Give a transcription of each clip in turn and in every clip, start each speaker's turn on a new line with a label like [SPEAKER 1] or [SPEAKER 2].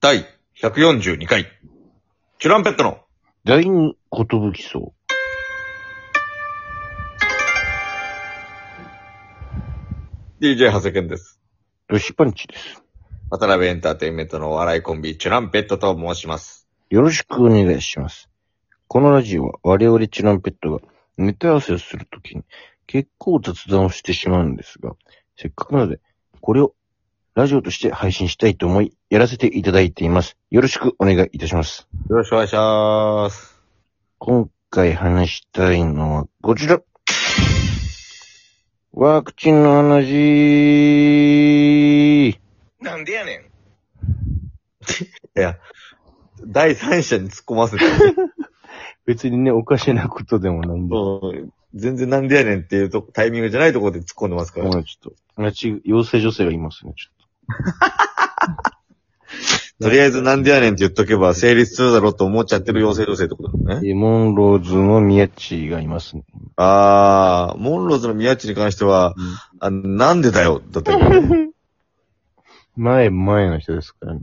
[SPEAKER 1] 第142回、チュランペットの、
[SPEAKER 2] 第二ことぶきそう。
[SPEAKER 1] DJ 長谷健です。
[SPEAKER 2] ヨシパンチです。
[SPEAKER 1] 渡辺エンターテインメントのお笑いコンビ、チュランペットと申します。
[SPEAKER 2] よろしくお願いします。このラジオは我々チランペットがネタ合わせをするときに結構雑談をしてしまうんですが、せっかくなのでこれをラジオとして配信したいと思い、やらせていただいています。よろしくお願いいたします。
[SPEAKER 1] よろしくお願いします。
[SPEAKER 2] 今回話したいのはこちら。ワクチンの話。
[SPEAKER 1] なんでやねん。いや、第三者に突っ込ま せて、
[SPEAKER 2] 別にね、おかしなことでもないんです
[SPEAKER 1] うん全然なんでやねんっていうとタイミングじゃないところで突っ込んでますから。
[SPEAKER 2] まあちょっと、あち、陽性女性がいますね、ちょっ
[SPEAKER 1] とりあえずなんでやねんって言っとけば成立するだろうと思っちゃってる妖精女性ってことだ
[SPEAKER 2] と。
[SPEAKER 1] ね。
[SPEAKER 2] で、モンローズの宮地がいますね。
[SPEAKER 1] あー、モンローズの宮地に関しては、あなんでだよ、だ ったけどね
[SPEAKER 2] 前、前の人ですからね。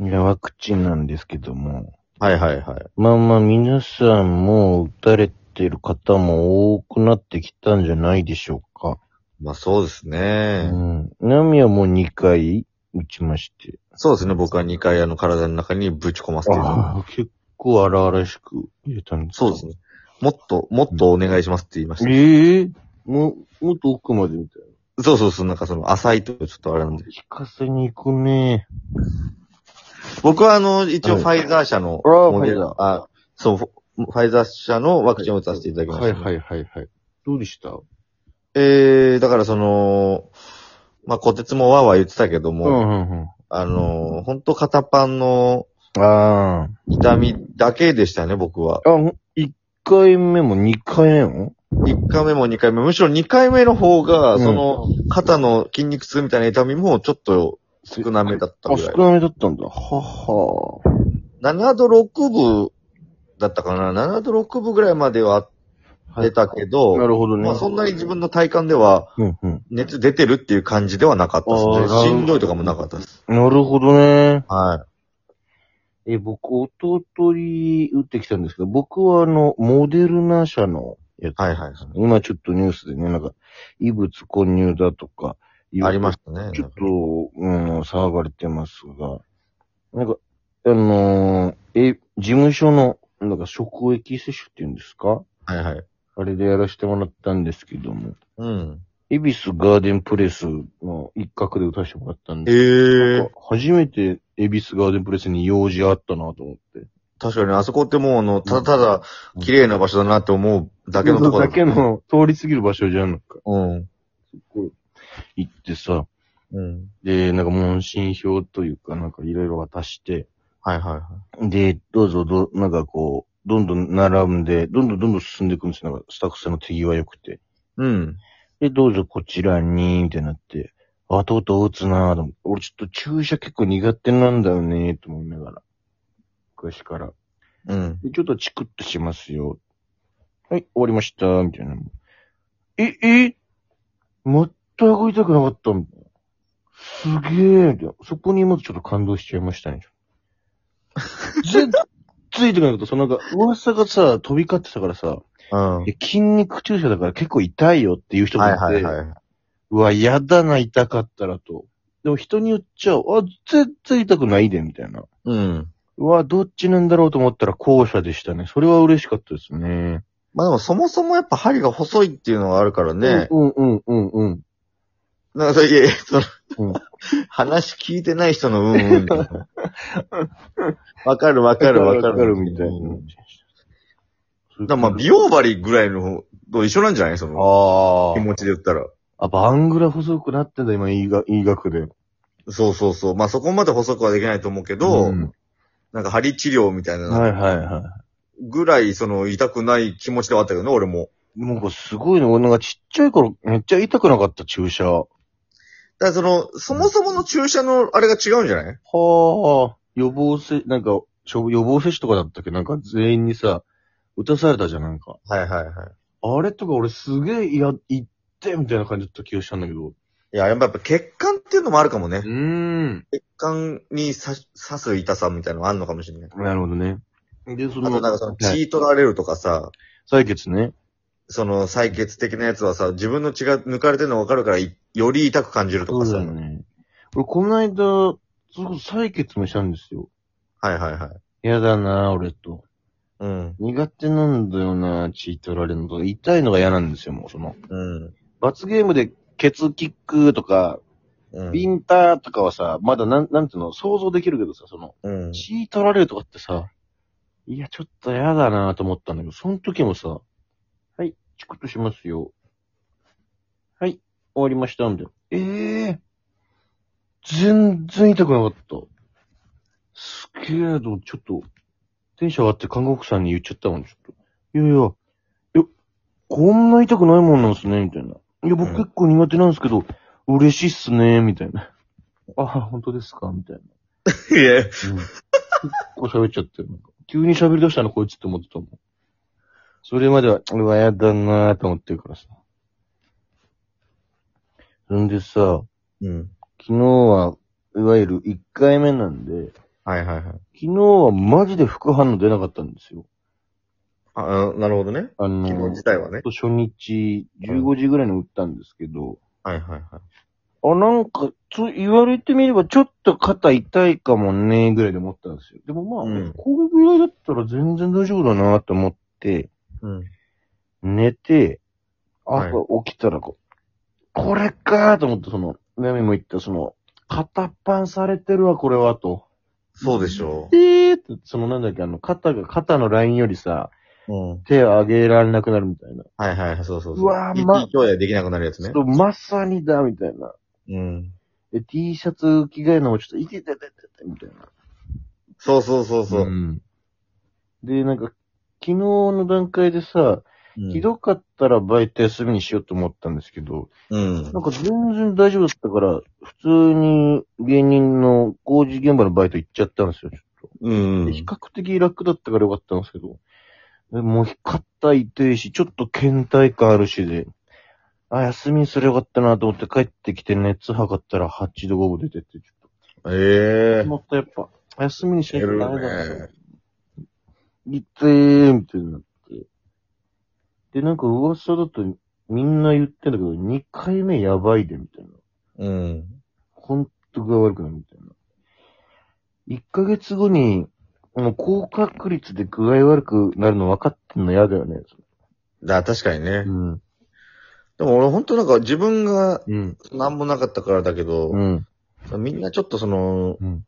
[SPEAKER 2] いや、ワクチンなんですけども。
[SPEAKER 1] はいはいはい。
[SPEAKER 2] まあまあ、皆さんも打たれてる方も多くなってきたんじゃないでしょうか。
[SPEAKER 1] まあそうです
[SPEAKER 2] う
[SPEAKER 1] ね。
[SPEAKER 2] ん。ナミはもう2回打ちまして。
[SPEAKER 1] そうですね。僕は2回あの体の中にぶち込ませていただいて
[SPEAKER 2] ああ、結構荒々しく入れたんです
[SPEAKER 1] そうですね。もっと、もっとお願いしますって言いました。
[SPEAKER 2] ええも、もっと奥までみたいな。
[SPEAKER 1] そうそうそう。なんかその浅いとちょっとあれなんで。
[SPEAKER 2] 引かせに行くね。
[SPEAKER 1] 僕はあの、一応
[SPEAKER 2] はい
[SPEAKER 1] ファイザー社の、
[SPEAKER 2] あー
[SPEAKER 1] モデル
[SPEAKER 2] ファイザー
[SPEAKER 1] あ、そう、フォファイザー社のワクチンを打たせていただきました。
[SPEAKER 2] いはいはい。どうでした
[SPEAKER 1] えー、だからその、まあ、小鉄もわーわー言ってたけど
[SPEAKER 2] う
[SPEAKER 1] も、
[SPEAKER 2] んうんうん。
[SPEAKER 1] あの、本当肩パンの
[SPEAKER 2] あ
[SPEAKER 1] 痛みだけでしたね、僕は。
[SPEAKER 2] あ。あ、ほ1回目も2回目も
[SPEAKER 1] 1回目も2回目、むしろ2回目の方が、
[SPEAKER 2] うん
[SPEAKER 1] その、肩の筋肉痛みたいな痛みもちょっと少なめだった
[SPEAKER 2] あ、
[SPEAKER 1] ぐ
[SPEAKER 2] 少
[SPEAKER 1] らい。
[SPEAKER 2] なめだったんだ。はは
[SPEAKER 1] 7度6分だったかな ?7 度6分ぐらいまでは出たけど、
[SPEAKER 2] なるほどね。
[SPEAKER 1] まあそんなに自分の体感では
[SPEAKER 2] うんうん。
[SPEAKER 1] 熱出てるっていう感じではなかったです
[SPEAKER 2] あーなるほ
[SPEAKER 1] ね。
[SPEAKER 2] ど
[SPEAKER 1] しんどいとかもなかったです。
[SPEAKER 2] なるほどね。
[SPEAKER 1] は
[SPEAKER 2] え、僕、おととい打ってきたんですけど、僕はあの、モデルナ社のやつ。
[SPEAKER 1] い。はいはい。
[SPEAKER 2] 今ちょっとニュースでね、なんか、異物混入だとか、
[SPEAKER 1] ありま
[SPEAKER 2] し
[SPEAKER 1] したね。
[SPEAKER 2] ちょっと、うん、騒がれてますが、なんか、あのーえ、事務所の、なんか、職域接種っていうんですか
[SPEAKER 1] はいはい。
[SPEAKER 2] あれでやらせてもらったんですけども、
[SPEAKER 1] うん。
[SPEAKER 2] 恵比寿ガーデンプレスの一角で歌わせてもらったん
[SPEAKER 1] ええ
[SPEAKER 2] で、なんか初めて恵比寿ガーデンプレスに用事あったなと思って。
[SPEAKER 1] 確かにあそこってもうあの、ただただ綺麗な場所だなって思うだけのところ
[SPEAKER 2] だけ。の通り過ぎる場所じゃんのか。
[SPEAKER 1] うん。
[SPEAKER 2] 行ってさ、
[SPEAKER 1] うん。
[SPEAKER 2] で、なんか問診票というか、なんかいろいろ渡して、
[SPEAKER 1] はいはいはい。
[SPEAKER 2] で、どうぞ、ど、なんかこう、どんどん並んで、どんどんどんどん進んでいくんですよ。なんかスタッフさんの手際良くて。
[SPEAKER 1] うん。
[SPEAKER 2] で、どうぞこちらに、みたいになって、あ、とうとう打つなぁと思って、俺ちょっと注射結構苦手なんだよねと思いながら。昔から。
[SPEAKER 1] うん。
[SPEAKER 2] で、ちょっとチクッとしますよ。はい、終わりました、みたいな。え、え全く痛くなかったみたいな。すげえ、みたいな。そこにまずちょっと感動しちゃいましたね。全然ついてくなかった。そのなんか、噂がさ、飛び交ってたからさ、
[SPEAKER 1] うん。
[SPEAKER 2] え筋肉注射だから結構痛いよっていう人もい
[SPEAKER 1] は
[SPEAKER 2] て、
[SPEAKER 1] いはいはいう
[SPEAKER 2] わ、やだな、痛かったらと。でも人によっちゃ、あ、全然痛くないで、みたいな。。
[SPEAKER 1] うん。
[SPEAKER 2] うわ、どっちなんだろうと思ったら後者でしたね。それは嬉しかったですね。
[SPEAKER 1] まあでもそもそもやっぱ針が細いっていうのがあるからね。
[SPEAKER 2] うんうんうんうん。
[SPEAKER 1] なんかそういう、その
[SPEAKER 2] うん、
[SPEAKER 1] 話聞いてない人のうん うんみたいな。わかるわかるわかる。
[SPEAKER 2] わかるみたいな。
[SPEAKER 1] だからまあ美
[SPEAKER 2] 容
[SPEAKER 1] 容針ぐらいのと一緒なんじゃないその
[SPEAKER 2] あ
[SPEAKER 1] 気持ちで言ったら。
[SPEAKER 2] あ。あ、バングラ細くなってんだ、今、医学医学で。
[SPEAKER 1] そうそうそう。まあそこまで細くはできないと思うけど、
[SPEAKER 2] ん
[SPEAKER 1] なんか針治療みたいな
[SPEAKER 2] はいはいは
[SPEAKER 1] ぐらい、その痛くない気持ちではあったけどね、俺も。
[SPEAKER 2] い。なんかすごいね。俺なんかちっちゃい頃めっちゃ痛くなかった、注射。は
[SPEAKER 1] だからその、そもそもの注射のあれが違うんじゃない
[SPEAKER 2] あ。予防せ、なんか、しょ予防接種とかだったっけなんか全員にさ、打たされたじゃん、なんか。
[SPEAKER 1] はいはいはい。
[SPEAKER 2] あれとか俺すげえ、いや、行って、みたいな感じだった気がしたんだけど、
[SPEAKER 1] いや、やっぱやっぱ血管っていうのもあるかもね
[SPEAKER 2] う。ーん。
[SPEAKER 1] 血管に刺し刺す痛さみたいなのがあるのかもしれない。
[SPEAKER 2] なるほどね。で、そ
[SPEAKER 1] あ
[SPEAKER 2] の、
[SPEAKER 1] となんかその
[SPEAKER 2] はい
[SPEAKER 1] 血取られるとかさ、
[SPEAKER 2] 採血ね。
[SPEAKER 1] その採血的なやつはさ、自分の血が抜かれてるの分かるからい、より痛く感じるとかさ。
[SPEAKER 2] ね。俺、この間、それこそ採血もしたんですよ。
[SPEAKER 1] はいはいはい。
[SPEAKER 2] やだなぁ、俺と。
[SPEAKER 1] うん。
[SPEAKER 2] 苦手なんだよなぁ、血取られるのと。痛いのが嫌なんですよ、もうその。
[SPEAKER 1] うん。
[SPEAKER 2] 罰ゲームでケツキックとか、
[SPEAKER 1] うん。
[SPEAKER 2] ビンタとかはさ、まだなん、なんていうの、想像できるけどさ、その、
[SPEAKER 1] うん。
[SPEAKER 2] 血取られるとかってさ、いや、ちょっと嫌だなぁと思ったんだけど、その時もさ、はい、チクッとしますよ。はい、終わりました、みたいな。ええ全然痛くなかった。すげえな、ちょっと、テンション上がって看護婦さんに言っちゃったもん、ちょっと。いやいや、いや、こんな痛くないもんなんすね、みたいな。いや、僕
[SPEAKER 1] うん
[SPEAKER 2] 結構苦手なんですけど、嬉しいっすね、みたいな。あ、本当ですかみたいな。
[SPEAKER 1] いや、
[SPEAKER 2] うん結構喋っちゃってる。なんか急に喋り出したのこいつって思ってたもん。それまでは、うわ、やだなぁと思ってるからさ。そんでさ、
[SPEAKER 1] うん。
[SPEAKER 2] 昨日は、いわゆる1回目なんで、
[SPEAKER 1] はいはいはい。
[SPEAKER 2] 昨日はマジで副反応出なかったんですよ。
[SPEAKER 1] あ、あなるほどね。
[SPEAKER 2] あ
[SPEAKER 1] 気
[SPEAKER 2] の
[SPEAKER 1] 分、自体はね。
[SPEAKER 2] 初日、15時ぐらいに打ったんですけど、
[SPEAKER 1] はいはいはい。
[SPEAKER 2] あ、なんか、そう言われてみれば、ちょっと肩痛いかもね、ぐらいで思ったんですよ。でもまあ、
[SPEAKER 1] うん
[SPEAKER 2] これぐらいだったら全然大丈夫だなと思って、
[SPEAKER 1] うん。
[SPEAKER 2] 寝て、朝
[SPEAKER 1] はい
[SPEAKER 2] 起きたらこう、これかーと思って、その、ナミも言った、その、肩パンされてるわ、これは、と。
[SPEAKER 1] そうでしょ
[SPEAKER 2] えーって、そのなんだっけ、あの、肩が、肩のラインよりさ、
[SPEAKER 1] う。うん。
[SPEAKER 2] 手上げられなくなるみたいな。
[SPEAKER 1] はいはいはい、そうそうそう。
[SPEAKER 2] うわー
[SPEAKER 1] 一
[SPEAKER 2] ま
[SPEAKER 1] 気共有できなくなるやつね。
[SPEAKER 2] そうまさにだ、みたいな。
[SPEAKER 1] うん。
[SPEAKER 2] で、T シャツ着替えるのもちょっと、いててててて、みたいな。
[SPEAKER 1] そうそうそうそう。
[SPEAKER 2] ん。で、なんか、昨日の段階でさ、
[SPEAKER 1] うん
[SPEAKER 2] ひどかったらバイト休みにしようと思ったんですけど、
[SPEAKER 1] うん
[SPEAKER 2] なん。か全然大丈夫だったから、普通に芸人の工事現場のバイト行っちゃったんですよ、ちょっ
[SPEAKER 1] うん
[SPEAKER 2] と。で比較的楽だったからよかったんですけど、でもう肩痛いし、ちょっと倦怠感あるしで、あ、休みにすればよかったなと思って帰ってきて熱測ったら8度5分出てて、ちょっ
[SPEAKER 1] ええ
[SPEAKER 2] と。もっとやっぱ、休みにしなきゃダメだ
[SPEAKER 1] やる
[SPEAKER 2] な
[SPEAKER 1] ね。
[SPEAKER 2] 行ってーみたいになって。で、なんか噂だとみんな言ってんだけど、2回目やばいで、みたいな。
[SPEAKER 1] うん。
[SPEAKER 2] ほんと具合悪くなるみたいな。1ヶ月後に、もう高確率で具合悪くなるの分かってんの嫌だよね。
[SPEAKER 1] だ、確かにね。
[SPEAKER 2] ん。
[SPEAKER 1] でも俺本当なんか自分が
[SPEAKER 2] うん。
[SPEAKER 1] 何もなかったからだけど、
[SPEAKER 2] うん。
[SPEAKER 1] みんなちょっとその、
[SPEAKER 2] うん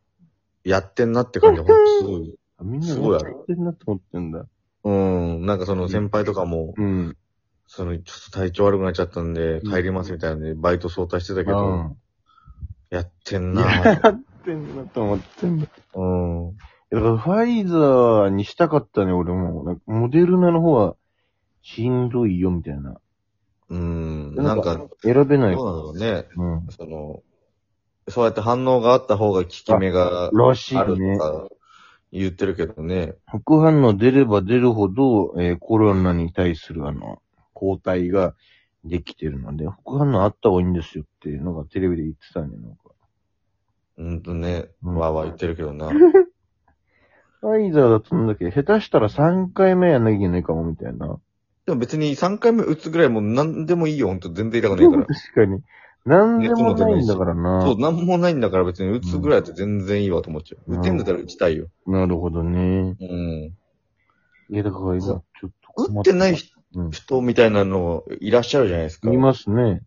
[SPEAKER 1] やってんなって感じがほんとすごい。
[SPEAKER 2] あみんな
[SPEAKER 1] すごいあ
[SPEAKER 2] 分か
[SPEAKER 1] る
[SPEAKER 2] ってんなと思ってんだ。
[SPEAKER 1] うん。なんかその先輩とかも、
[SPEAKER 2] うん。
[SPEAKER 1] そのちょっと体調悪くなっちゃったんで、
[SPEAKER 2] うん
[SPEAKER 1] 帰りますみたいなんで、バイト早退してたけ
[SPEAKER 2] う
[SPEAKER 1] ど、
[SPEAKER 2] ん。
[SPEAKER 1] やってん
[SPEAKER 2] や
[SPEAKER 1] な
[SPEAKER 2] ってんなと思ってんだ。
[SPEAKER 1] うん。うん。
[SPEAKER 2] だからファイザーにしたかったね、俺も。なんかモデルナの方は、しんどいよ、みたいな。
[SPEAKER 1] なんか、どう、
[SPEAKER 2] 選べな。
[SPEAKER 1] ないんだろうね。
[SPEAKER 2] うん。
[SPEAKER 1] その、そうやって反応があった方が効き目が
[SPEAKER 2] らしい
[SPEAKER 1] ある
[SPEAKER 2] ね
[SPEAKER 1] と。か言ってるけどね。
[SPEAKER 2] 副反応出れば出るほど、えーコロナに対するあの、抗体ができてるので、副反応あった方がいいんですよっていうのがテレビで言ってたね、なんか。
[SPEAKER 1] うんとね、
[SPEAKER 2] うん
[SPEAKER 1] わーわー言ってるけどな。
[SPEAKER 2] ファイザーだとなんだっけ、下手したら3回目やんなきゃいけないかもみたいな。
[SPEAKER 1] でも別に3回目打つぐらいもう何でもいいよ、ほんと全然痛くないから。
[SPEAKER 2] 確かに。なんでもないんだからな。
[SPEAKER 1] そう、なんもないんだから別に打つぐらいだって全然いいわと思っちゃう。
[SPEAKER 2] うん
[SPEAKER 1] 打てんだったら打ちたいよ。
[SPEAKER 2] なるほどね。
[SPEAKER 1] うん。
[SPEAKER 2] いや、だから今、ち
[SPEAKER 1] そ
[SPEAKER 2] ょっ
[SPEAKER 1] う
[SPEAKER 2] と困
[SPEAKER 1] 打ってない人
[SPEAKER 2] うん
[SPEAKER 1] 人みたいなのいらっしゃるじゃないですか。
[SPEAKER 2] いますね。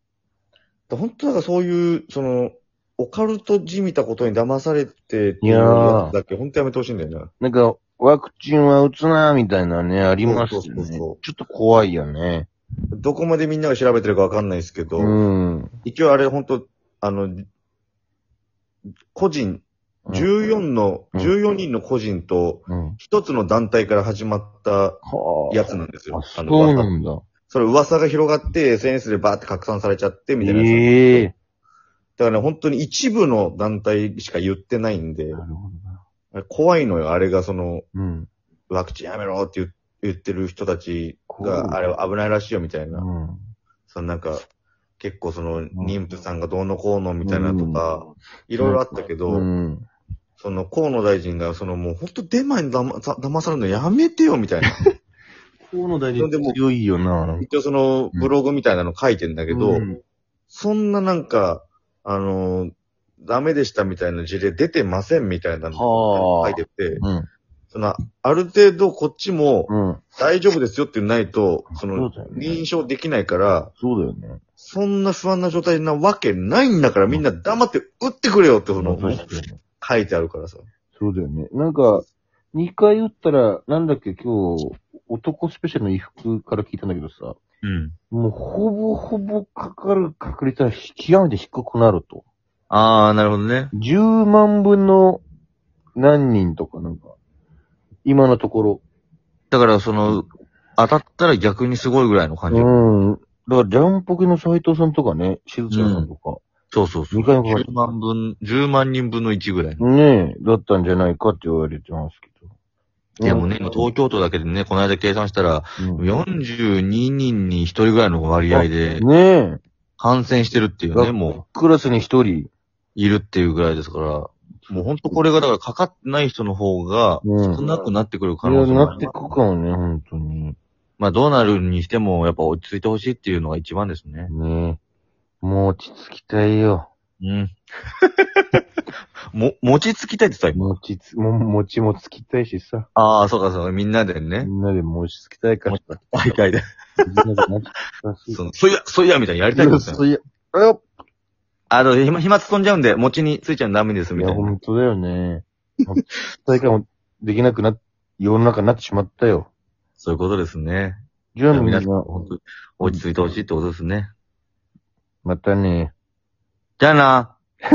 [SPEAKER 1] 本当なんかそういう、その、オカルトじみたことに騙されてっていう
[SPEAKER 2] いやー
[SPEAKER 1] やつだっけ、本当やめてほしいんだよな。
[SPEAKER 2] なんか、ワクチンは打つな、みたいなね、ありますよ
[SPEAKER 1] そうそうそう
[SPEAKER 2] ね。ち
[SPEAKER 1] そ
[SPEAKER 2] ょっと怖いよね。
[SPEAKER 1] どこまでみんなが調べてるかわかんないですけど、
[SPEAKER 2] うん。
[SPEAKER 1] 一応あれ本当あの、個人、14の、
[SPEAKER 2] うん
[SPEAKER 1] 14人の個人と、
[SPEAKER 2] うん。
[SPEAKER 1] 一つの団体から始まった
[SPEAKER 2] はあ。
[SPEAKER 1] やつなんですよ。
[SPEAKER 2] あ、そ
[SPEAKER 1] あの
[SPEAKER 2] う
[SPEAKER 1] 噂
[SPEAKER 2] なんだ。
[SPEAKER 1] それ噂が広がって、SNS でバーって拡散されちゃって、みたいなやつ。
[SPEAKER 2] ええ
[SPEAKER 1] だからね、本当に一部の団体しか言ってないんで、
[SPEAKER 2] なるほどな。
[SPEAKER 1] あれ怖いのよ、あれがその、
[SPEAKER 2] うん。
[SPEAKER 1] ワクチンやめろって言言ってる人たち
[SPEAKER 2] 怖い
[SPEAKER 1] が、あれは危ないらしいよみたいな。
[SPEAKER 2] うん。
[SPEAKER 1] そのなんか、結構その、妊婦さんがどうのこうのみたいなとか、い
[SPEAKER 2] い
[SPEAKER 1] ろいろあったけど、
[SPEAKER 2] うん。
[SPEAKER 1] その河野大臣が、そのもう本当デマにだま、さ騙されるのやめてよみたいな。
[SPEAKER 2] 河野大臣強いよな。なんか
[SPEAKER 1] 一応そのブログみたいなの書いてんだけど、
[SPEAKER 2] うん
[SPEAKER 1] そんななんか、あのーダメでしたみたいな事例出てませんみたいなの書
[SPEAKER 2] はあ
[SPEAKER 1] いてて、
[SPEAKER 2] うん。
[SPEAKER 1] その、ある程度こっちも
[SPEAKER 2] うん。
[SPEAKER 1] 大丈夫ですよってないと、そ
[SPEAKER 2] そう
[SPEAKER 1] の、
[SPEAKER 2] だよね。
[SPEAKER 1] 認証できないから、
[SPEAKER 2] そうだよね。
[SPEAKER 1] そんな不安な状態なわけないんだからみんな黙って打ってくれよってその、
[SPEAKER 2] 確かに
[SPEAKER 1] 書いてあるからさ。
[SPEAKER 2] そうだよね。なんか、2回打ったら、なんだっけ、今日、男スペシャルの衣服から聞いたんだけどさ、
[SPEAKER 1] うん。
[SPEAKER 2] もうほぼほぼかかる確率は極めて低くなると。
[SPEAKER 1] あー、なるほどね。
[SPEAKER 2] 10万分の何人とかなんか、今のところ。
[SPEAKER 1] だからその、当たったら逆にすごいぐらいの感じ。
[SPEAKER 2] うん。だから、ジャンポケの斎藤さんとかね、しずちゃんさんとか、
[SPEAKER 1] そうそうそう。
[SPEAKER 2] 二回もかかっ
[SPEAKER 1] 10万分、10万人分の1ぐらいの。
[SPEAKER 2] ねえ、だったんじゃないかって言われてますけど。
[SPEAKER 1] でもね、今東京都だけでね、この間計算したら、42人に1人ぐらいの割合で
[SPEAKER 2] うんね
[SPEAKER 1] 感染してるってい
[SPEAKER 2] え。
[SPEAKER 1] うね、も
[SPEAKER 2] う。クラスに一人。
[SPEAKER 1] う、いるっていうぐらいですから、もうほんとこれがだからかかってない人の方が、
[SPEAKER 2] うん
[SPEAKER 1] 少なくなってくる可
[SPEAKER 2] いや、
[SPEAKER 1] 能性も
[SPEAKER 2] な
[SPEAKER 1] あ
[SPEAKER 2] って
[SPEAKER 1] る。
[SPEAKER 2] くかもね、本当に。
[SPEAKER 1] まあどうなるにしても、やっぱ落ち着いてほしいっていうのが一番ですね。
[SPEAKER 2] ねえ。もう落ち着きたいよ。
[SPEAKER 1] うん。も、餅つきたいって言った今。
[SPEAKER 2] もちつ、も、もちもつきたいしさ。
[SPEAKER 1] ああ、そうかそうか、みんなでね。
[SPEAKER 2] みんなでもちつきたいから。
[SPEAKER 1] 大会で。
[SPEAKER 2] みんなでもちつきたいし。
[SPEAKER 1] その、そいや、そいやみたいにやりたいですよね。
[SPEAKER 2] いや、いや
[SPEAKER 1] あの、飛沫飛沫飛んじゃうんで、餅についちゃダメです、
[SPEAKER 2] い
[SPEAKER 1] みた
[SPEAKER 2] や、
[SPEAKER 1] いな。
[SPEAKER 2] 本当だよね。もちつきたいからもできなくな、世の中になってしまったよ。
[SPEAKER 1] そういうことですね。
[SPEAKER 2] じゃあみん
[SPEAKER 1] 皆
[SPEAKER 2] な
[SPEAKER 1] さん、、本当に落ち着いてほしいってことですね。
[SPEAKER 2] またね。
[SPEAKER 1] じゃあな。